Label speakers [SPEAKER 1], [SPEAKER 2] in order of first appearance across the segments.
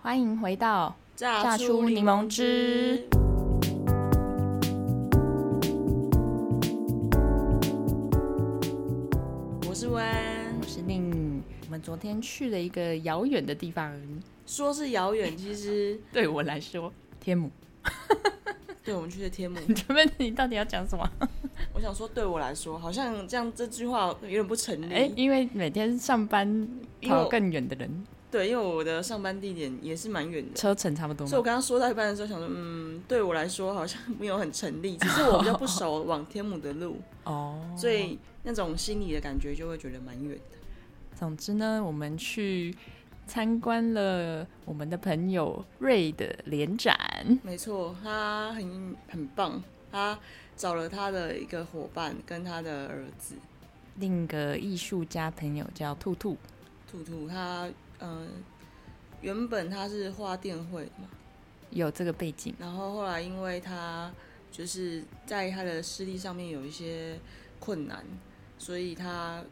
[SPEAKER 1] 欢迎回到
[SPEAKER 2] 榨
[SPEAKER 1] 榨出柠檬汁。
[SPEAKER 2] 我是温
[SPEAKER 1] 我，是令。我们昨天去了一个遥远的地方，
[SPEAKER 2] 说是遥远，其实
[SPEAKER 1] 对我来说，天 母。
[SPEAKER 2] 对我们去的天 母，
[SPEAKER 1] 你这边你到底要讲什么？
[SPEAKER 2] 我想说，对我来说，好像这样这句话有点不成立。
[SPEAKER 1] 哎、因为每天上班
[SPEAKER 2] 因为我
[SPEAKER 1] 跑更远的人，
[SPEAKER 2] 对，因为我的上班地点也是蛮远的，
[SPEAKER 1] 车程差不多
[SPEAKER 2] 所以我
[SPEAKER 1] 嘛。
[SPEAKER 2] 刚刚说到一半的时候，想说，嗯，对我来说好像没有很成立，只是我比较不熟往天母的路，
[SPEAKER 1] 哦，
[SPEAKER 2] 所以那种心里的感觉就会觉得蛮远的。
[SPEAKER 1] 总之呢，我们去参观了我们的朋友瑞的联展，
[SPEAKER 2] 没错，他很很棒，他找了他的一个伙伴跟他的儿子
[SPEAKER 1] 另一个艺术家朋友叫兔兔，
[SPEAKER 2] 兔兔，他嗯、呃原本他是花店会的嘛，
[SPEAKER 1] 有这个背景。
[SPEAKER 2] 然后后来因为他就是在他的视力上面有一些困难，所以他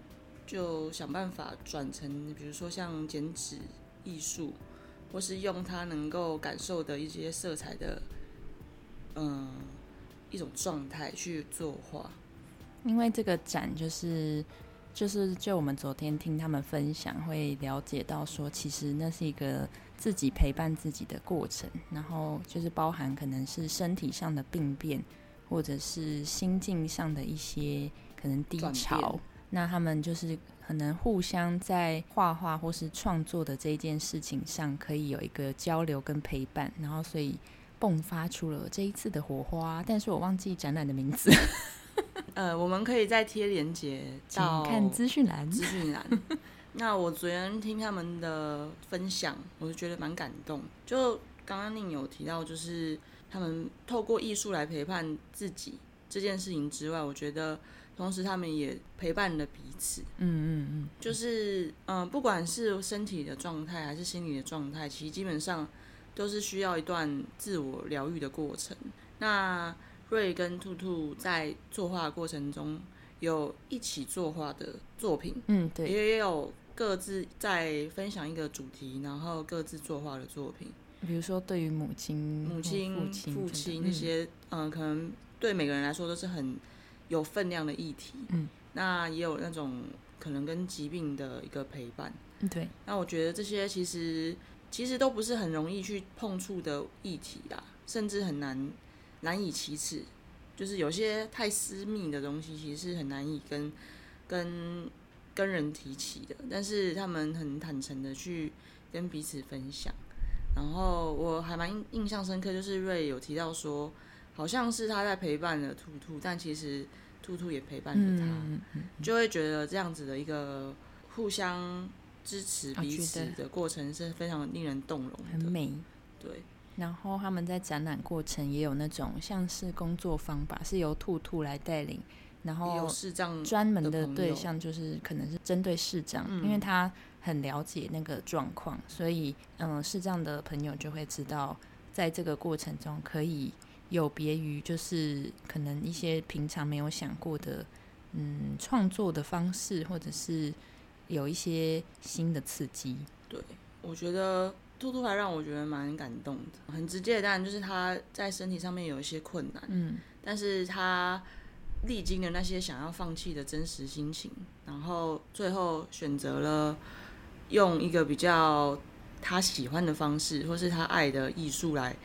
[SPEAKER 2] 就想办法转成，比如说像剪纸艺术，或是用他能够感受的一些色彩的，嗯，一种状态去作画。
[SPEAKER 1] 因为这个展就是就是就我们昨天听他们分享，会了解到说，其实那是一个自己陪伴自己的过程，然后就是包含可能是身体上的病变，或者是心境上的一些可能低
[SPEAKER 2] 转变
[SPEAKER 1] 潮。那他们就是可能互相在画画或是创作的这一件事情上，可以有一个交流跟陪伴，然后所以迸发出了这一次的火花。但是我忘记展览的名字，
[SPEAKER 2] 呃，我们可以再贴连接
[SPEAKER 1] 请
[SPEAKER 2] 到
[SPEAKER 1] 看资讯栏。
[SPEAKER 2] 资讯 栏。那我昨天听他们的分享，我就觉得蛮感动。就刚刚宁有提到，就是他们透过艺术来陪伴自己这件事情之外，我觉得同时他们也陪伴了彼此。
[SPEAKER 1] 嗯嗯嗯，
[SPEAKER 2] 就是嗯、呃不管是身体的状态还是心理的状态，其实基本上都是需要一段自我疗愈的过程。那瑞跟兔兔在作画的过程中有一起作画的作品，
[SPEAKER 1] 嗯，对，
[SPEAKER 2] 也有各自在分享一个主题，然后各自作画的作品。
[SPEAKER 1] 比如说对于母亲、
[SPEAKER 2] 母
[SPEAKER 1] 母
[SPEAKER 2] 亲、
[SPEAKER 1] 嗯哦父亲、
[SPEAKER 2] 父亲那，些，嗯、可能对每个人来说都是很有分量的议题。
[SPEAKER 1] 嗯，
[SPEAKER 2] 那也有那种可能跟疾病的一个陪伴。
[SPEAKER 1] 嗯，对，
[SPEAKER 2] 那我觉得这些其实其实都不是很容易去碰触的议题啦，甚至很难难以启齿。就是有些太私密的东西，其实是很难以跟跟跟人提起的。但是他们很坦诚的去跟彼此分享。然后我还蛮印印象深刻，就是瑞有提到说，好像是他在陪伴了兔兔，但其实兔兔也陪伴着他。
[SPEAKER 1] 嗯，
[SPEAKER 2] 就会觉得这样子的一个互相支持
[SPEAKER 1] 啊
[SPEAKER 2] 彼
[SPEAKER 1] 觉
[SPEAKER 2] 此
[SPEAKER 1] 得
[SPEAKER 2] 的过程是非常令人动容
[SPEAKER 1] 很
[SPEAKER 2] 的。
[SPEAKER 1] 美。
[SPEAKER 2] 对，
[SPEAKER 1] 然后他们在展览过程也有那种像是工作坊吧，是由兔兔来带领，然
[SPEAKER 2] 也有
[SPEAKER 1] 后
[SPEAKER 2] 视障
[SPEAKER 1] 专门嗯的嗯
[SPEAKER 2] 朋
[SPEAKER 1] 对
[SPEAKER 2] 友
[SPEAKER 1] 象就是可能是针对市长，因为他很了解那个状况，所以嗯，市长的朋友就会知道，在这个过程中可以有别于就是可能一些平常没有想过的嗯创作的方式，或者是有一些新的刺激。
[SPEAKER 2] 对，我觉得兔兔还让我觉得蛮感动的。很直接的，当然就是他在身体上面有一些困难，
[SPEAKER 1] 嗯，
[SPEAKER 2] 但是他历经了那些想要放弃的真实心情，然后最后选择了用一个比较他喜欢的方式，或是他爱的艺术来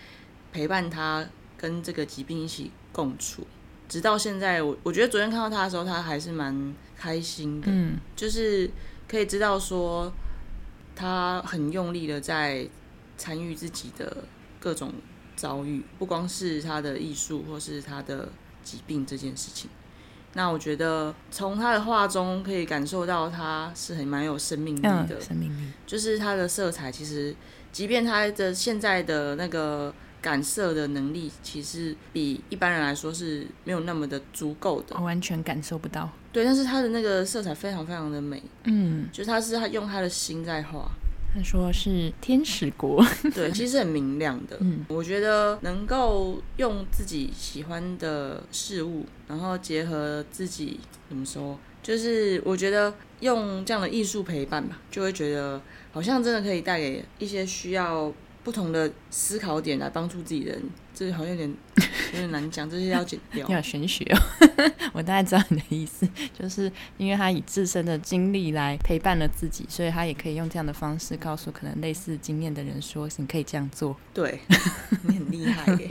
[SPEAKER 2] 陪伴他跟这个疾病一起共处。直到现在，我我觉得昨天看到他的时候，他还是蛮开心的，
[SPEAKER 1] 嗯，
[SPEAKER 2] 就是可以知道说他很用力的在参与自己的各种遭遇，不光是他的艺术或是他的疾病这件事情。那我觉得从他的话中可以感受到他是很蛮有生命力的，
[SPEAKER 1] 嗯，生命力，
[SPEAKER 2] 就是它的色彩，其实即便它的现在的那个感色的能力，其实比一般人来说是没有那么的足够的
[SPEAKER 1] 我。完全感受不到。
[SPEAKER 2] 对，但是它的那个色彩非常非常的美，
[SPEAKER 1] 嗯，
[SPEAKER 2] 就是它是它用他的心在画，
[SPEAKER 1] 他说是天使国。
[SPEAKER 2] 对，其实很明亮的。
[SPEAKER 1] 嗯，
[SPEAKER 2] 我觉得能够用自己喜欢的事物，然后结合自己怎么说，就是我觉得用这样的艺术陪伴吧，就会觉得好像真的可以带给一些需要不同的思考点来帮助自己的人，这好像有点有点难讲，这些要剪 掉
[SPEAKER 1] 你。好玄学哦， 我大概知道你的意思，就是因为他以自身的经历来陪伴了自己，所以他也可以用这样的方式告诉可能类似经验的人说，你可以这样做。
[SPEAKER 2] 对，你很厉害耶。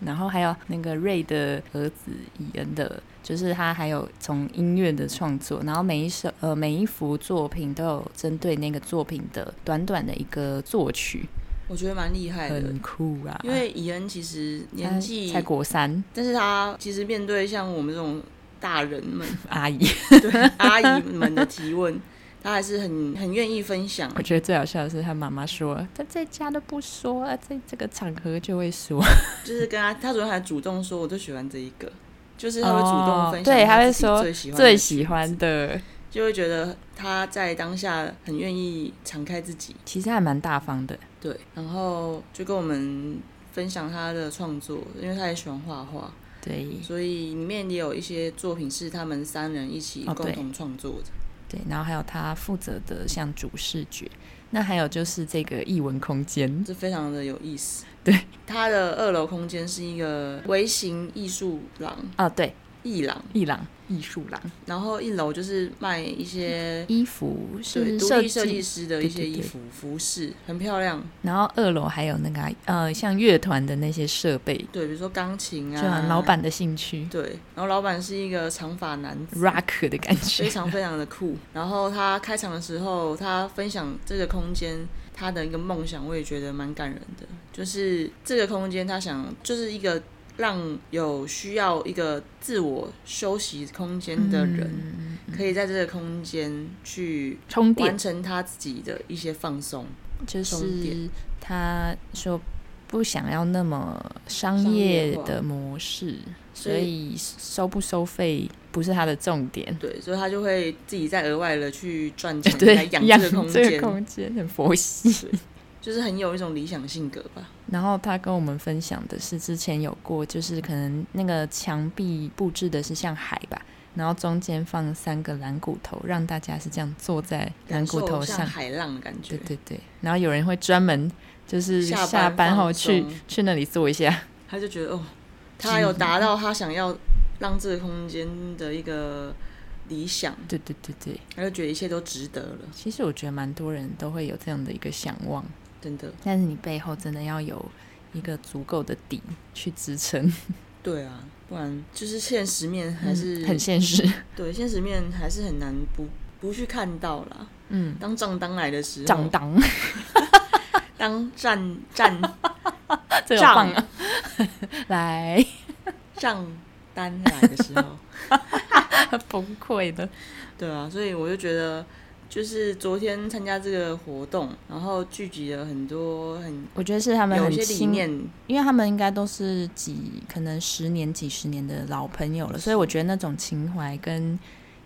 [SPEAKER 1] 然后还有那个瑞的儿子伊恩的，就是他还有从音乐的创作，然后每一首呃每一幅作品都有针对那个作品的短短的一个作曲，
[SPEAKER 2] 我觉得蛮厉 害的
[SPEAKER 1] 很，酷啊！
[SPEAKER 2] 因为以恩其实年纪
[SPEAKER 1] 才，国三
[SPEAKER 2] 但是他其实面对像我们这种大人 们、
[SPEAKER 1] 阿姨，
[SPEAKER 2] 对阿姨们的提问，他还是很很愿意分享。
[SPEAKER 1] 我觉得最好笑的是他妈妈说他在家都不说，啊在这个场合就会说，
[SPEAKER 2] 就是跟他，他昨天还主动说，我就喜欢这一个，就是他会主动
[SPEAKER 1] 哦
[SPEAKER 2] 分享、
[SPEAKER 1] 对，他会说
[SPEAKER 2] 最喜欢的
[SPEAKER 1] 最
[SPEAKER 2] 曲
[SPEAKER 1] 喜欢
[SPEAKER 2] 子，
[SPEAKER 1] 的，
[SPEAKER 2] 就会觉得他在当下很愿意敞开自己，
[SPEAKER 1] 其实还蛮大方的。
[SPEAKER 2] 对，然后就跟我们分享他的创作，因为他也喜欢画画，
[SPEAKER 1] 对
[SPEAKER 2] 所以里面也有一些作品是他们三人一起
[SPEAKER 1] 哦
[SPEAKER 2] 共
[SPEAKER 1] 对
[SPEAKER 2] 同创作的。
[SPEAKER 1] 对，然后还有他负责的像主视觉，那还有就是这个译文空间，
[SPEAKER 2] 这非常的有意思。
[SPEAKER 1] 对，
[SPEAKER 2] 它的二楼空间是一个微型艺术廊、
[SPEAKER 1] 啊，对，
[SPEAKER 2] 艺廊，
[SPEAKER 1] 艺廊艺术廊，
[SPEAKER 2] 然后一楼就是卖一些
[SPEAKER 1] 衣服
[SPEAKER 2] 对
[SPEAKER 1] 是
[SPEAKER 2] 独
[SPEAKER 1] 设
[SPEAKER 2] 立设计
[SPEAKER 1] 计，
[SPEAKER 2] 师的一些衣服服饰，很漂亮。
[SPEAKER 1] 然后二楼还有那个啊呃，像乐团的那些设备，
[SPEAKER 2] 对，比如说钢琴
[SPEAKER 1] 就
[SPEAKER 2] 啊
[SPEAKER 1] 很，老板的兴趣
[SPEAKER 2] 对，然后老板是一个长发男子。
[SPEAKER 1] ，rock 的感
[SPEAKER 2] 非
[SPEAKER 1] 觉，
[SPEAKER 2] 常非常的酷，然后他开场的时候，他分享这个空间他的一个梦想，我也觉得蛮感人的。就是这个空间，他想就是一个让有需要一个自我休息空间的人，
[SPEAKER 1] 嗯
[SPEAKER 2] 可以在这个空间去
[SPEAKER 1] 充电
[SPEAKER 2] 完成他自己的一些放松。
[SPEAKER 1] 就
[SPEAKER 2] 充电
[SPEAKER 1] 是他说不想要那么商
[SPEAKER 2] 商业
[SPEAKER 1] 业
[SPEAKER 2] 化
[SPEAKER 1] 的模式，所
[SPEAKER 2] 所以
[SPEAKER 1] 以收不收费不是他的重点。
[SPEAKER 2] 对，所以他就会自己再额外的去赚 钱
[SPEAKER 1] 对
[SPEAKER 2] 来，养
[SPEAKER 1] 养
[SPEAKER 2] 这个空
[SPEAKER 1] 这
[SPEAKER 2] 间
[SPEAKER 1] 个，空间 很佛系。
[SPEAKER 2] 就是很有一种理想性格吧。
[SPEAKER 1] 然后他跟我们分享的是，之前有过，就是可能那个墙壁布置的是像海吧，然后中间放三个蓝骨头，让大家是这样坐在蓝
[SPEAKER 2] 感
[SPEAKER 1] 骨
[SPEAKER 2] 受
[SPEAKER 1] 头
[SPEAKER 2] 像
[SPEAKER 1] 上。
[SPEAKER 2] 海浪的感觉
[SPEAKER 1] 对，对对，然后有人会专门就是
[SPEAKER 2] 下班
[SPEAKER 1] 下班后
[SPEAKER 2] 放
[SPEAKER 1] 去
[SPEAKER 2] 松
[SPEAKER 1] 去那里坐一下。
[SPEAKER 2] 他就觉得哦，他有达到他想要让这个空间的一个理想，
[SPEAKER 1] 对对对对，
[SPEAKER 2] 他就觉得一切都值得了，
[SPEAKER 1] 其实我觉得蛮多人都会有这样的一个向往，
[SPEAKER 2] 真的。
[SPEAKER 1] 但是你背后真的要有一个足够的底去支撑，
[SPEAKER 2] 对啊，不然就是现实面还 是、
[SPEAKER 1] 嗯很现实。
[SPEAKER 2] 对，现实面还是很难不不去看到啦。
[SPEAKER 1] 嗯，
[SPEAKER 2] 当账单来的时候，
[SPEAKER 1] 长当
[SPEAKER 2] 当 账账
[SPEAKER 1] 这个
[SPEAKER 2] 账
[SPEAKER 1] 棒啊！来，
[SPEAKER 2] 账单来的时候，
[SPEAKER 1] 崩溃的。
[SPEAKER 2] 对啊，所以我就觉得。就是昨天参加这个活动，然后聚集了很多很
[SPEAKER 1] 我觉得是他们
[SPEAKER 2] 有
[SPEAKER 1] 很
[SPEAKER 2] 一些理
[SPEAKER 1] 亲，
[SPEAKER 2] 念，
[SPEAKER 1] 因为他们应该都是几可能十年、几十年的老朋友了，所以我觉得那种情怀跟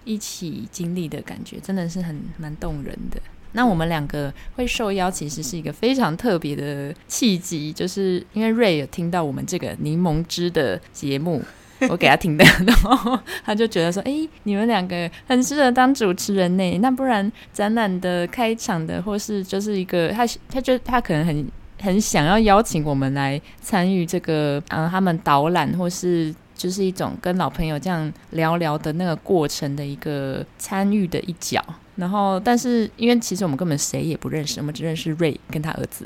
[SPEAKER 1] 一起经历的感觉，真的是很蛮动人的。那我们两个会受邀，其实是一个非常特别的契机，就是因为瑞有听到我们这个柠檬汁的节目，我给他听的，然后他就觉得说，诶，你们两个很适合当主持人呢。那不然展览的开场的，或是就是一个他他就他可能很很想要邀请我们来参与这个，嗯，他们导览或是。就是一种跟老朋友这样聊聊的那个过程的一个参与的一角，然后但是因为其实我们根本谁也不认识，我们只认识瑞跟他儿子，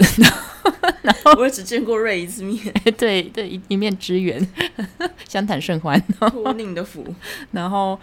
[SPEAKER 2] 我也只见过瑞一次面，
[SPEAKER 1] 对对一一面之缘， 相谈甚欢。
[SPEAKER 2] 托你的福，
[SPEAKER 1] 然后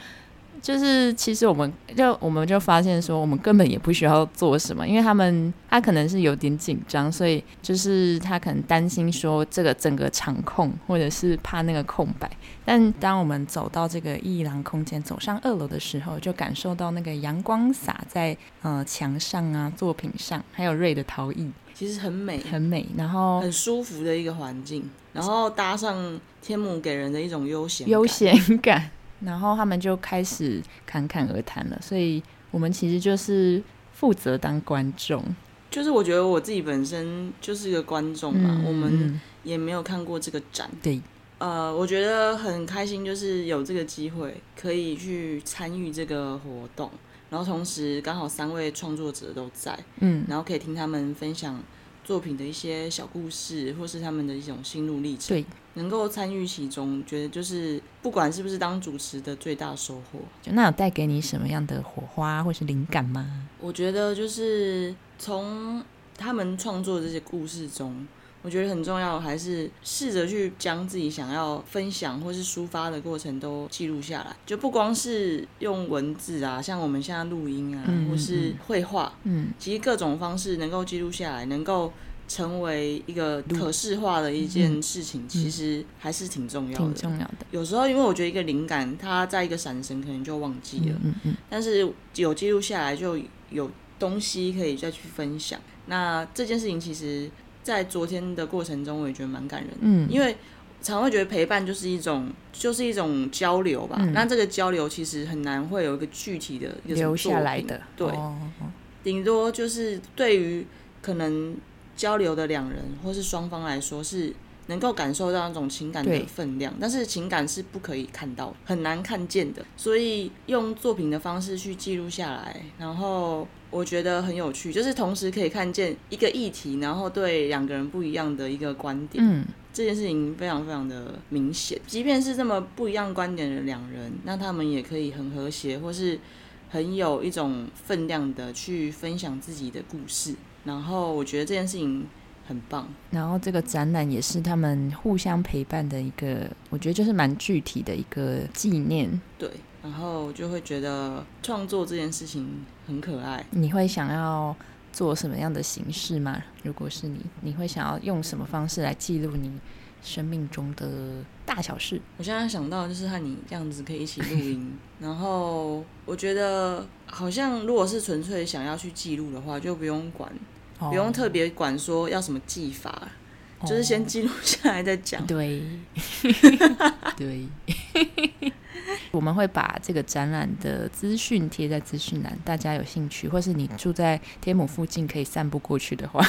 [SPEAKER 1] 就是其实我们就我们就发现说，我们根本也不需要做什么，因为他们他可能是有点紧张，所以就是他可能担心说这个整个场控，或者是怕那个空白。但当我们走到这个艺廊空间，走上二楼的时候，就感受到那个阳光洒在呃墙上啊、作品上，还有瑞的陶艺
[SPEAKER 2] 其实很美，
[SPEAKER 1] 很美。然后
[SPEAKER 2] 很舒服的一个环境，然后搭上天母给人的一种悠闲感，
[SPEAKER 1] 悠闲感， 然后他们就开始侃侃而谈了。所以我们其实就是负责当观众
[SPEAKER 2] 就是我觉得我自己本身就是一个观众嘛，我们
[SPEAKER 1] 嗯
[SPEAKER 2] 也没有看过这个展，
[SPEAKER 1] 对，
[SPEAKER 2] 呃，我觉得很开心，就是有这个机会可以去参与这个活动，然后同时刚好三位创作者都在，
[SPEAKER 1] 嗯，
[SPEAKER 2] 然后可以听他们分享作品的一些小故事，或是他们的一种心路历程，
[SPEAKER 1] 对，
[SPEAKER 2] 能够参与其中，觉得就是不管是不是当主持的最大收获。
[SPEAKER 1] 就那有带给你什么样的火花或是灵感吗？
[SPEAKER 2] 我觉得就是从他们创作这些故事中，我觉得很重要，还是试着去将自己想要分享或是抒发的过程都记录下来，就不光是用文字啊，像我们现在录音啊，
[SPEAKER 1] 嗯嗯
[SPEAKER 2] 或是
[SPEAKER 1] 嗯
[SPEAKER 2] 绘画，
[SPEAKER 1] 嗯，
[SPEAKER 2] 其实各种方式能够记录下来，能够。成为一个可视化的一件事情，其实还是挺重要
[SPEAKER 1] 挺
[SPEAKER 2] 的。
[SPEAKER 1] 重要的。
[SPEAKER 2] 有时候，因为我觉得一个灵感，它在一个闪神可能就忘记了
[SPEAKER 1] 嗯，嗯嗯，
[SPEAKER 2] 但是有记录下来就有东西可以再去分享。那这件事情其实，在昨天的过程中，我也觉得蛮感人的，
[SPEAKER 1] 嗯
[SPEAKER 2] 因为常会觉得陪伴就是一种，就是一种交流吧。
[SPEAKER 1] 嗯
[SPEAKER 2] 那这个交流其实很难会有一个具体的一个什么
[SPEAKER 1] 留下来
[SPEAKER 2] 作
[SPEAKER 1] 的
[SPEAKER 2] 品，对，
[SPEAKER 1] 哦哦
[SPEAKER 2] 顶多就是对于可能交流的两人或是双方来说是。能够感受到那种情感的
[SPEAKER 1] 对
[SPEAKER 2] 分量，但是情感是不可以看到、很难看见的，所以用作品的方式去记录下来，然后我觉得很有趣，就是同时可以看见一个议题，然后对两个人不一样的一个观点，
[SPEAKER 1] 嗯，
[SPEAKER 2] 这件事情非常非常的明显。即便是这么不一样观点的两人，那他们也可以很和谐，或是很有一种分量的去分享自己的故事。然后我觉得这件事情很棒，
[SPEAKER 1] 然后这个展览也是他们互相陪伴的一个，我觉得就是蛮具体的一个纪念。
[SPEAKER 2] 对。然后就会觉得创作这件事情很可爱。
[SPEAKER 1] 你会想要做什么样的形式吗？如果是你，你会想要用什么方式来记录你生命中的大小事？
[SPEAKER 2] 我现在想到就是和你这样子可以一起录音，然后我觉得好像如果是纯粹想要去记录的话，就不用管，不用特别管说要什么技法，
[SPEAKER 1] 哦，
[SPEAKER 2] 就是先记录下来 再讲。
[SPEAKER 1] 对，对， 我们会把这个展览的资讯贴在资讯栏，大家有兴趣，或是你住在天母附近可以散步过去的话，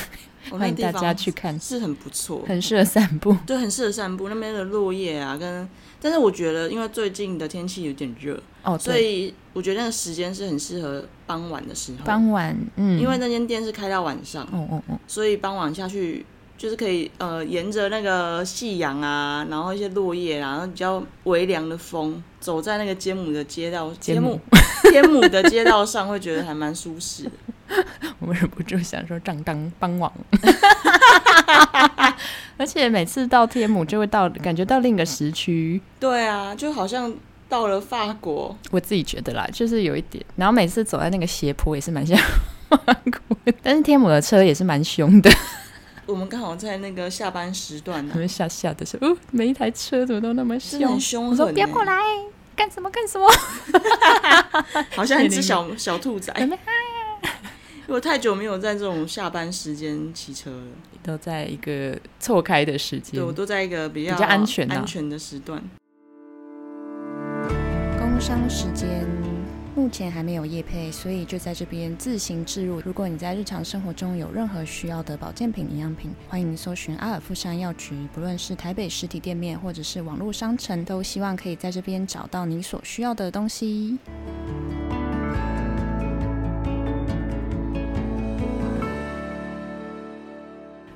[SPEAKER 2] 我
[SPEAKER 1] 欢
[SPEAKER 2] 那
[SPEAKER 1] 迎
[SPEAKER 2] 地
[SPEAKER 1] 大
[SPEAKER 2] 方
[SPEAKER 1] 家去看，
[SPEAKER 2] 是很不错，
[SPEAKER 1] 很适合散步。
[SPEAKER 2] 对，很适合散步。那边的落叶啊，跟但是我觉得，因为最近的天气有点热，
[SPEAKER 1] 哦，
[SPEAKER 2] 所
[SPEAKER 1] 对，
[SPEAKER 2] 以我觉得那个时间是很适合傍晚的时候，
[SPEAKER 1] 傍晚，嗯，
[SPEAKER 2] 因为那间店是开到晚上，
[SPEAKER 1] 哦哦哦，
[SPEAKER 2] 所以傍晚下去。就是可以呃，沿着那个夕阳啊，然后一些落叶啊，然后比较微凉的风，走在那个街姆的街道，
[SPEAKER 1] 街
[SPEAKER 2] 街姆 街姆的街道上，会觉得还蛮舒适的。
[SPEAKER 1] 我忍不住想说正当傍晚， 而且每次到天母就会到感觉到另一个时区，
[SPEAKER 2] 对啊，就好像到了法国，
[SPEAKER 1] 我自己觉得啦，就是有一点。然后每次走在那个斜坡也是蛮像法国，但是天母的车也是蛮凶的，
[SPEAKER 2] 我们刚好在那个下班时段呢、
[SPEAKER 1] 他们吓吓的说，哦，每一台车怎么都那么
[SPEAKER 2] 真的
[SPEAKER 1] 凶
[SPEAKER 2] 很。凶
[SPEAKER 1] 我说
[SPEAKER 2] 狠、
[SPEAKER 1] 不要过
[SPEAKER 2] 欸，
[SPEAKER 1] 来，干什么干什么？
[SPEAKER 2] 好像一只小小兔仔
[SPEAKER 1] 准备。
[SPEAKER 2] 我太久没有在这种下班时间骑车了，
[SPEAKER 1] 都在一个错开的时间
[SPEAKER 2] 对。我都在一个比较
[SPEAKER 1] 比较安全啊
[SPEAKER 2] 安全的时段。
[SPEAKER 1] 工商时间目前还没有业配，所以就在这边自行置入。如果你在日常生活中有任何需要的保健品、营养品，欢迎搜寻阿尔富山药局，不论是台北实体店面或者是网络商城，都希望可以在这边找到你所需要的东西。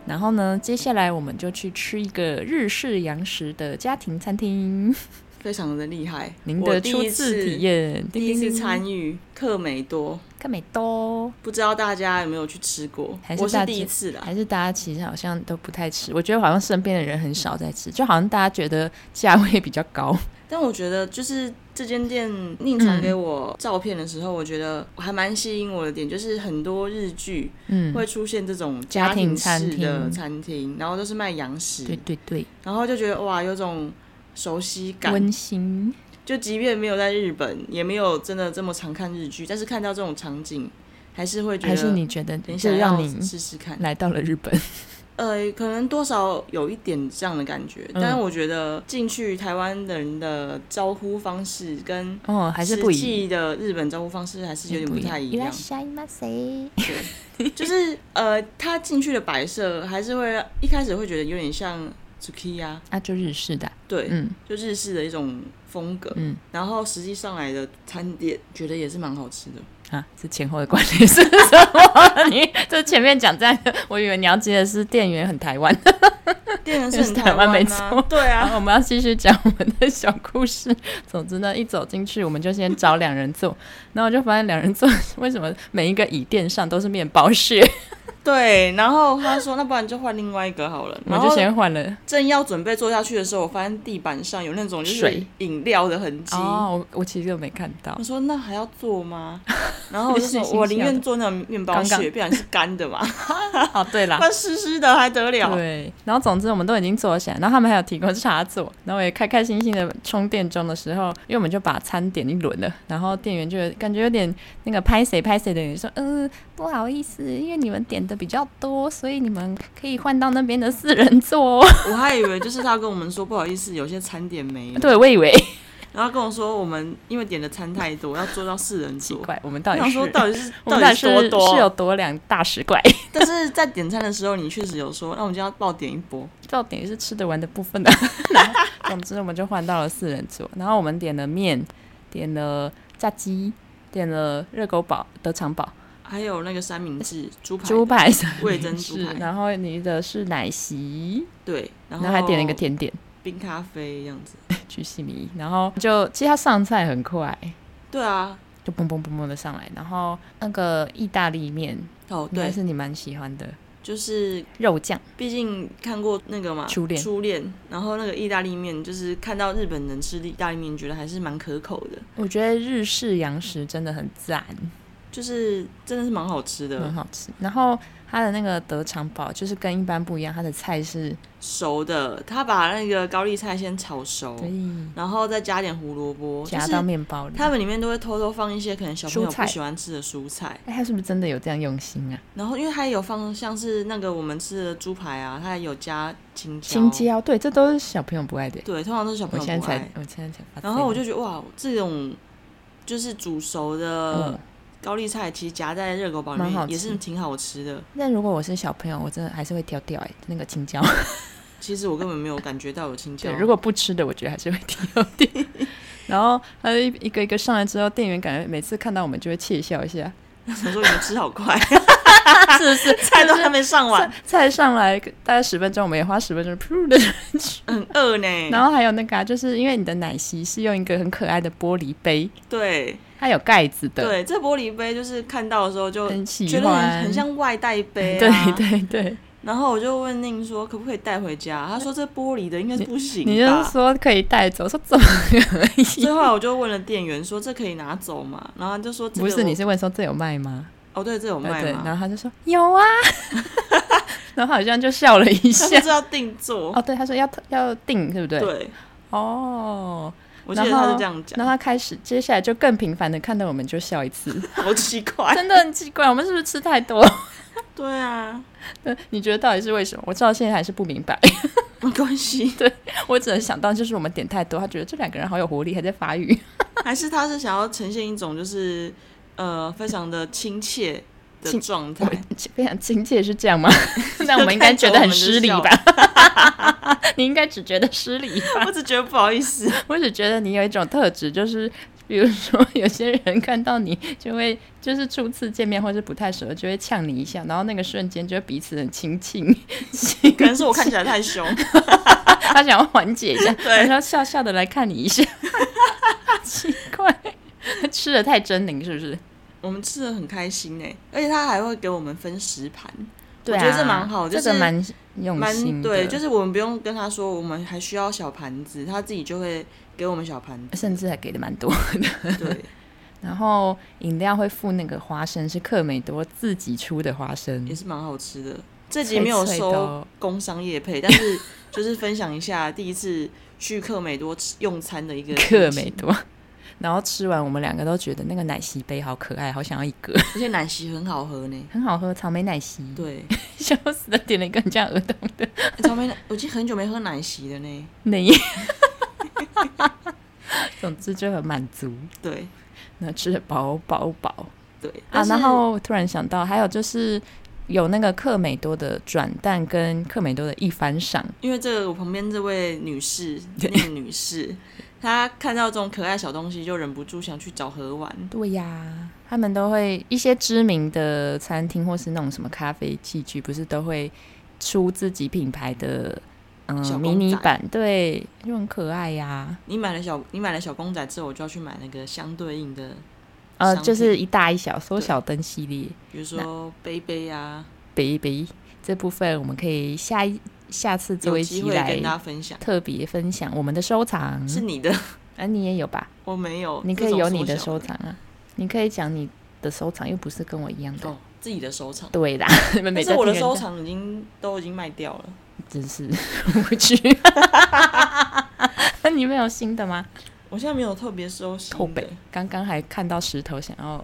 [SPEAKER 1] 然后呢，接下来我们就去吃一个日式洋食的家庭餐厅。
[SPEAKER 2] 非常的厉害，
[SPEAKER 1] 您
[SPEAKER 2] 我
[SPEAKER 1] 的
[SPEAKER 2] 第
[SPEAKER 1] 初
[SPEAKER 2] 一
[SPEAKER 1] 次
[SPEAKER 2] 次
[SPEAKER 1] 体验，
[SPEAKER 2] 第一次参与克美多，
[SPEAKER 1] 看美多，
[SPEAKER 2] 不知道大家有没有去吃过
[SPEAKER 1] 还？是
[SPEAKER 2] 我是
[SPEAKER 1] 大
[SPEAKER 2] 第一
[SPEAKER 1] 家
[SPEAKER 2] 次啦，
[SPEAKER 1] 还是大家其实好像都不太吃。我觉得好像身边的人很少在吃，就好像大家觉得价位比较 高。
[SPEAKER 2] 但我觉得就是这间店，宁传
[SPEAKER 1] 嗯
[SPEAKER 2] 给我照片的时候，我觉得还蛮吸引我的点，就是很多日剧
[SPEAKER 1] 嗯，
[SPEAKER 2] 会出现这种
[SPEAKER 1] 家
[SPEAKER 2] 庭
[SPEAKER 1] 庭餐
[SPEAKER 2] 式的
[SPEAKER 1] 厅
[SPEAKER 2] 餐厅，然后都是卖洋
[SPEAKER 1] 对
[SPEAKER 2] 食，
[SPEAKER 1] 对对，
[SPEAKER 2] 然后就觉得哇，有种熟悉感。
[SPEAKER 1] 温馨。
[SPEAKER 2] 就即便没有在日本，也没有真的这么常看日剧，但是看到这种场景，还是会觉
[SPEAKER 1] 还是
[SPEAKER 2] 得
[SPEAKER 1] 你觉得
[SPEAKER 2] 很
[SPEAKER 1] 就
[SPEAKER 2] 想
[SPEAKER 1] 让
[SPEAKER 2] 要
[SPEAKER 1] 你
[SPEAKER 2] 试试看。
[SPEAKER 1] 来到了 日本？
[SPEAKER 2] 呃，可能多少有一点这样的感觉，
[SPEAKER 1] 嗯
[SPEAKER 2] 但是我觉得进去台湾人的招呼方式跟
[SPEAKER 1] 哦，还是
[SPEAKER 2] 实
[SPEAKER 1] 不一
[SPEAKER 2] 际的日本招呼方式还是有点不太一样，
[SPEAKER 1] 下一马 谁？
[SPEAKER 2] 就是呃，他进去的摆设还是会一开始会觉得有点像 Zukiya，
[SPEAKER 1] 啊，就日式的啊、
[SPEAKER 2] 对，
[SPEAKER 1] 嗯
[SPEAKER 2] 就日式的一种风格。
[SPEAKER 1] 嗯，
[SPEAKER 2] 然后实际上来的餐点，觉得也是蛮好吃的。
[SPEAKER 1] 啊，这前后的关联是什么？ 你就前面讲这样，我以为你要接的是店员很台湾，
[SPEAKER 2] 店员是
[SPEAKER 1] 就是
[SPEAKER 2] 很
[SPEAKER 1] 台湾
[SPEAKER 2] 湾
[SPEAKER 1] 没
[SPEAKER 2] 啊
[SPEAKER 1] 错
[SPEAKER 2] 对
[SPEAKER 1] 然后
[SPEAKER 2] 啊，
[SPEAKER 1] 我们要继续讲我们的小故事。总之呢，一走进去我们就先找两人座，然后我就发现两人座为什么每一个椅垫上都是面包屑，
[SPEAKER 2] 对。然后他说，那不然就换另外一个好了。
[SPEAKER 1] 我
[SPEAKER 2] 然
[SPEAKER 1] 就
[SPEAKER 2] 后
[SPEAKER 1] 先换了。
[SPEAKER 2] 正要准备坐下去的时候，我发现地板上有那种就是
[SPEAKER 1] 水
[SPEAKER 2] 饮料的痕迹。
[SPEAKER 1] 哦，我我其实都没看到
[SPEAKER 2] 我。说那还要做吗？然后我就说
[SPEAKER 1] 你是，心
[SPEAKER 2] 我宁
[SPEAKER 1] 想
[SPEAKER 2] 愿
[SPEAKER 1] 的
[SPEAKER 2] 做那种面包
[SPEAKER 1] 刚刚
[SPEAKER 2] 屑，不然是干的嘛，
[SPEAKER 1] 哦，对 啦
[SPEAKER 2] 不，然湿湿的还得了？
[SPEAKER 1] 对，然后总之我们都已经坐下来，然后他们还有提供插座，然后我也开开心心的充电中的时候，因为我们就把餐点一轮了，然后店员就有感觉有点那个拍谁拍谁的人说，嗯、不好意思，因为你们点的比较多，所以你们可以换到那边的四人座、哦。
[SPEAKER 2] 我还以为就是他跟我们说不好意思，有些餐点没了，
[SPEAKER 1] 对，我以为
[SPEAKER 2] 然后他跟我说我们因为点的餐太多，要做到四人
[SPEAKER 1] 奇
[SPEAKER 2] 桌。
[SPEAKER 1] 怪，我们
[SPEAKER 2] 我
[SPEAKER 1] 到底
[SPEAKER 2] 想
[SPEAKER 1] 是
[SPEAKER 2] 说到底是
[SPEAKER 1] 我们到
[SPEAKER 2] 底
[SPEAKER 1] 底
[SPEAKER 2] 是多
[SPEAKER 1] 是是有
[SPEAKER 2] 多？
[SPEAKER 1] 多两大石怪？
[SPEAKER 2] 但是在点餐的时候，你确实有说，那我们就要爆点一波。
[SPEAKER 1] 到底是吃得完的部分呢、 啊。然后总之，我们就换到了四人桌，然后我们点了面，点了炸鸡，点了热狗堡、德肠堡、
[SPEAKER 2] 还有那个三明治、猪排，
[SPEAKER 1] 猪排什
[SPEAKER 2] 味增猪
[SPEAKER 1] 是，
[SPEAKER 2] 排，哦
[SPEAKER 1] 然后你的是奶昔，
[SPEAKER 2] 对，
[SPEAKER 1] 然
[SPEAKER 2] 然后
[SPEAKER 1] 后还点了一个甜点
[SPEAKER 2] 冰咖啡这样子。
[SPEAKER 1] 去西米，然后就其实它上菜很快，
[SPEAKER 2] 对啊，
[SPEAKER 1] 就嘣嘣嘣嘣的上来，然后那个意大利面
[SPEAKER 2] 哦
[SPEAKER 1] 应该
[SPEAKER 2] 对，
[SPEAKER 1] 是你蛮喜欢的。
[SPEAKER 2] 就是
[SPEAKER 1] 肉酱，
[SPEAKER 2] 毕竟看过那个嘛，
[SPEAKER 1] 初恋
[SPEAKER 2] 初恋，然后那个意大利面，就是看到日本人吃意大利面，觉得还是蛮可口的，
[SPEAKER 1] 我觉得日式洋食真的很赞，
[SPEAKER 2] 就是真的是蛮好吃的，
[SPEAKER 1] 很好吃。然后它的那个德肠堡就是跟一般不一样，它的菜是
[SPEAKER 2] 熟的。他把那个高丽菜先炒熟，
[SPEAKER 1] 对
[SPEAKER 2] 然后再加点胡萝卜，哦就
[SPEAKER 1] 夹到
[SPEAKER 2] 是
[SPEAKER 1] 面包里。
[SPEAKER 2] 他们里面都会偷偷放一些可能小朋友
[SPEAKER 1] 蔬菜
[SPEAKER 2] 不喜欢吃的蔬菜，
[SPEAKER 1] 哎，他是不是真的有这样用心啊？
[SPEAKER 2] 然后因为它有放像是那个我们吃的猪排啊，它还有加青椒，
[SPEAKER 1] 青椒，对，这都是小朋友不爱的。
[SPEAKER 2] 哦对，通常都是小朋
[SPEAKER 1] 我
[SPEAKER 2] 友
[SPEAKER 1] 现在
[SPEAKER 2] 不
[SPEAKER 1] 才
[SPEAKER 2] 爱，。
[SPEAKER 1] 我现在才发现。
[SPEAKER 2] 然后我就觉得哇，这种就是煮熟的。
[SPEAKER 1] 嗯
[SPEAKER 2] 高丽菜其实夹在热狗堡里
[SPEAKER 1] 蛮好
[SPEAKER 2] 面
[SPEAKER 1] 吃
[SPEAKER 2] 也是挺好吃的。
[SPEAKER 1] 但如果我是小朋友，我真的还是会挑掉哎、那个 青椒。
[SPEAKER 2] 其实我根本没有感觉到有青椒
[SPEAKER 1] 对，。如果不吃的，我觉得还是会挑 掉。然后他一一个一个上来之后，店员感觉每次看到我们就会窃笑一下，
[SPEAKER 2] 想说你们吃好 快，
[SPEAKER 1] 是不是？
[SPEAKER 2] 菜都还没上
[SPEAKER 1] 菜
[SPEAKER 2] 完，
[SPEAKER 1] 菜上来大概十分钟，我们也花十分钟，噗的。
[SPEAKER 2] 很饿呢。
[SPEAKER 1] 然后还有那个、啊，就是因为你的奶昔是用一个很可爱的玻璃杯，
[SPEAKER 2] 对
[SPEAKER 1] 它有盖子的，
[SPEAKER 2] 对，这玻璃杯就是看到的时候就
[SPEAKER 1] 很喜
[SPEAKER 2] 觉得
[SPEAKER 1] 欢，
[SPEAKER 2] 很很像外带杯、啊。
[SPEAKER 1] 对对对，
[SPEAKER 2] 然后我就问宁说可不可以带回家，他说这玻璃的应该是不行
[SPEAKER 1] 你就是
[SPEAKER 2] 吧。
[SPEAKER 1] 说可以带走，我说怎么可以？
[SPEAKER 2] 最后来我就问了店员说这可以拿走吗？然后他就说 这个
[SPEAKER 1] 不是，
[SPEAKER 2] 我
[SPEAKER 1] 你是问说这有卖吗？
[SPEAKER 2] 哦对，这有
[SPEAKER 1] 呃
[SPEAKER 2] 卖
[SPEAKER 1] 对，
[SPEAKER 2] 吗？
[SPEAKER 1] 然后他就说有啊，然后好像就笑了一
[SPEAKER 2] 他
[SPEAKER 1] 下
[SPEAKER 2] 不。知道定做
[SPEAKER 1] 哦，，对，他说要要定，对不对？
[SPEAKER 2] 对，
[SPEAKER 1] 哦，
[SPEAKER 2] 我记得
[SPEAKER 1] 然后
[SPEAKER 2] 他是这样讲，
[SPEAKER 1] 然后他开始接下来就更频繁的看到我们就笑一 次，
[SPEAKER 2] 好奇怪。
[SPEAKER 1] 真的很奇怪，我们是不是吃太多？
[SPEAKER 2] 对啊，
[SPEAKER 1] 你觉得到底是为什么？我到现在还是不明白，
[SPEAKER 2] 没关系。
[SPEAKER 1] 我只能想到就是我们点太多，他觉得这两个人好有活力，还在发育。
[SPEAKER 2] 还是他是想要呈现一种就是呃非常的亲切的
[SPEAKER 1] 亲
[SPEAKER 2] 状态
[SPEAKER 1] 我，非常亲切是这样吗？那我们应该觉得很失礼吧？ 你应该只觉得失礼吧？
[SPEAKER 2] 我只觉得不好意思。
[SPEAKER 1] 我只觉得你有一种特质，就是比如说有些人看到你就会就是初次见面或是不太熟，就会呛你一下，然后那个瞬间就会彼此很亲近，
[SPEAKER 2] 可能是我看起来太凶，
[SPEAKER 1] 他想要缓解一下，
[SPEAKER 2] 对
[SPEAKER 1] 然后笑笑的来看你一下， 奇怪。 吃的太狰狞是不是？
[SPEAKER 2] 我们吃的很开心哎、而且他还会给我们分食盘，
[SPEAKER 1] 对啊，
[SPEAKER 2] 我觉得这蛮好就是
[SPEAKER 1] 这个蛮用心
[SPEAKER 2] 蛮
[SPEAKER 1] 的，
[SPEAKER 2] 对，就是我们不用跟他说我们还需要小盘子，他自己就会给我们小盘子。
[SPEAKER 1] 甚至还给的蛮多。
[SPEAKER 2] 对，
[SPEAKER 1] 然后饮料会附那个花生，是克美多自己出的花生
[SPEAKER 2] 也，是蛮好吃的。这集没有
[SPEAKER 1] 脆脆的
[SPEAKER 2] 收
[SPEAKER 1] 哦
[SPEAKER 2] 工商业配，但是就是分享一下第一次去克美多吃用餐的一个
[SPEAKER 1] 克
[SPEAKER 2] 心
[SPEAKER 1] 美
[SPEAKER 2] 情，
[SPEAKER 1] 多。然后吃完，我们两个都觉得那个奶昔杯好可爱，好想要一个，
[SPEAKER 2] 而且奶昔很好喝呢。
[SPEAKER 1] 很好喝，草莓奶昔。
[SPEAKER 2] 对，
[SPEAKER 1] 笑死了，点了一个很像儿童的
[SPEAKER 2] 欸草莓奶，我已经很久没喝奶昔了呢。
[SPEAKER 1] 奶。 总之就很满足，
[SPEAKER 2] 对
[SPEAKER 1] 那吃的饱饱饱
[SPEAKER 2] 对
[SPEAKER 1] 啊！
[SPEAKER 2] 但是
[SPEAKER 1] 然后突然想到，还有就是有那个克美多的转蛋跟克美多的一番赏，
[SPEAKER 2] 因为这个，我旁边这位 女士，那个女士，她看到这种可爱小东西，就忍不住想去找盒玩。
[SPEAKER 1] 对呀，他他们都会一些知名的餐厅或是那种什么咖啡器具，不是都会出自己品牌的
[SPEAKER 2] 小
[SPEAKER 1] 嗯迷
[SPEAKER 2] 公
[SPEAKER 1] 你
[SPEAKER 2] 仔
[SPEAKER 1] 版，对，就很可爱呀、
[SPEAKER 2] 你买了小你买了小公仔之后，我就要去买那个相对应的，
[SPEAKER 1] 呃，
[SPEAKER 2] 商
[SPEAKER 1] 就是一大一小缩
[SPEAKER 2] 对
[SPEAKER 1] 小灯系列。
[SPEAKER 2] 比如说杯杯啊，
[SPEAKER 1] 北北这部分，我们可以下一下次做
[SPEAKER 2] 有
[SPEAKER 1] 一
[SPEAKER 2] 机
[SPEAKER 1] 期
[SPEAKER 2] 会
[SPEAKER 1] 来
[SPEAKER 2] 跟大家分享。
[SPEAKER 1] 特别分享我们的收藏。
[SPEAKER 2] 是你的，
[SPEAKER 1] 啊，你也有吧？
[SPEAKER 2] 我没有，
[SPEAKER 1] 你可
[SPEAKER 2] 这
[SPEAKER 1] 以
[SPEAKER 2] 种
[SPEAKER 1] 有你的
[SPEAKER 2] 缩
[SPEAKER 1] 收
[SPEAKER 2] 小
[SPEAKER 1] 藏啊，你可以讲你的收藏，又不是跟我一样的。
[SPEAKER 2] 哦，自己的收藏。
[SPEAKER 1] 对啦，你们每
[SPEAKER 2] 但
[SPEAKER 1] 次
[SPEAKER 2] 是我的收藏已经都已经卖掉了，
[SPEAKER 1] 真是 无趣。那你们有新的吗？
[SPEAKER 2] 我现在没有特别收新
[SPEAKER 1] 透
[SPEAKER 2] 的
[SPEAKER 1] 北。，刚刚还看到石头想要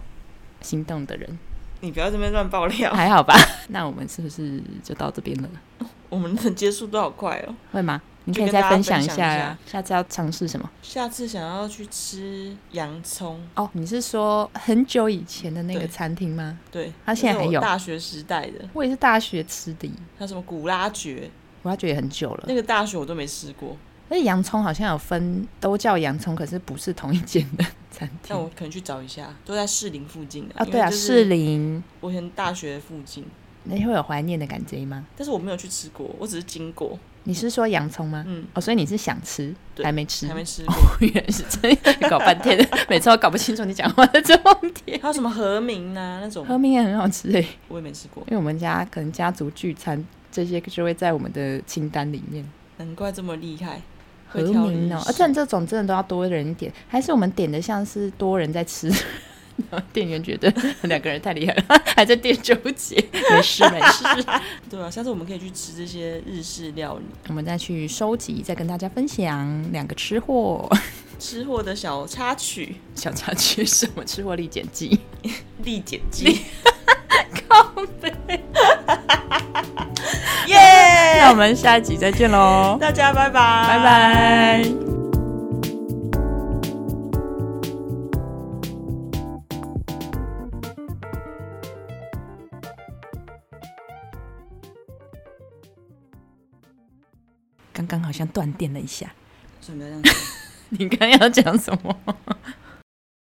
[SPEAKER 1] 心动的人，
[SPEAKER 2] 你不要这边乱爆料，
[SPEAKER 1] 还好吧？ 那我们是不是就到这边了？
[SPEAKER 2] 我们的结束都好快哦。
[SPEAKER 1] 会吗？你可
[SPEAKER 2] 就
[SPEAKER 1] 以
[SPEAKER 2] 跟
[SPEAKER 1] 再
[SPEAKER 2] 大家
[SPEAKER 1] 分
[SPEAKER 2] 分
[SPEAKER 1] 享一
[SPEAKER 2] 享一
[SPEAKER 1] 下啊，下次要尝试什么？
[SPEAKER 2] 下次想要去吃洋葱，
[SPEAKER 1] 哦，你是说很久以前的那个
[SPEAKER 2] 对
[SPEAKER 1] 餐厅吗？
[SPEAKER 2] 对，
[SPEAKER 1] 它现在还
[SPEAKER 2] 那是我
[SPEAKER 1] 有
[SPEAKER 2] 大学时代的，
[SPEAKER 1] 我也是大学吃的，
[SPEAKER 2] 还有什么古拉爵，
[SPEAKER 1] 我还觉得也很久了
[SPEAKER 2] 那。个大学我都没吃过，
[SPEAKER 1] 而且洋葱好像有分，都叫洋葱，可是不是同一间的 餐厅
[SPEAKER 2] 但。我可能去找一下，都在士林附近的
[SPEAKER 1] 啊，对啊，士
[SPEAKER 2] 士林，
[SPEAKER 1] 林，
[SPEAKER 2] 我以前大学附近，
[SPEAKER 1] 那会有怀念的感觉吗？
[SPEAKER 2] 但是我没有去吃过，我只是经过，
[SPEAKER 1] 你是说洋葱吗？
[SPEAKER 2] 嗯，
[SPEAKER 1] 哦，所以你是想吃，
[SPEAKER 2] 对
[SPEAKER 1] 还没吃，
[SPEAKER 2] 还没吃过。
[SPEAKER 1] 原来是这样，搞半天， 每次都搞不清楚你讲话的重 点。
[SPEAKER 2] 还有什么和民啊那种，
[SPEAKER 1] 和面也很好吃诶，
[SPEAKER 2] 我也没吃过，
[SPEAKER 1] 因为我们家可能家族聚餐，这些就会在我们的清单里面。
[SPEAKER 2] 难怪这么厉害，
[SPEAKER 1] 和
[SPEAKER 2] 会挑
[SPEAKER 1] 民
[SPEAKER 2] 零
[SPEAKER 1] 哦，
[SPEAKER 2] 食
[SPEAKER 1] 而且这种真的都要多人一点，还是我们点的像是多人在吃， 然后店员觉得 两个人太厉害了，还在店纠结，没事没事，
[SPEAKER 2] 对啊，下次我们可以去吃这些日式料理，
[SPEAKER 1] 我们再去收集，再跟大家分享两个吃货
[SPEAKER 2] 吃货的小插曲，
[SPEAKER 1] 小插曲，什么吃货历险记，
[SPEAKER 2] 历检 记，
[SPEAKER 1] 那我们下一集再见喽，
[SPEAKER 2] 大家拜拜，
[SPEAKER 1] 拜
[SPEAKER 2] 拜
[SPEAKER 1] 拜。刚刚好像断电了一下，
[SPEAKER 2] 算了不要这样子。
[SPEAKER 1] 你刚刚要讲什么？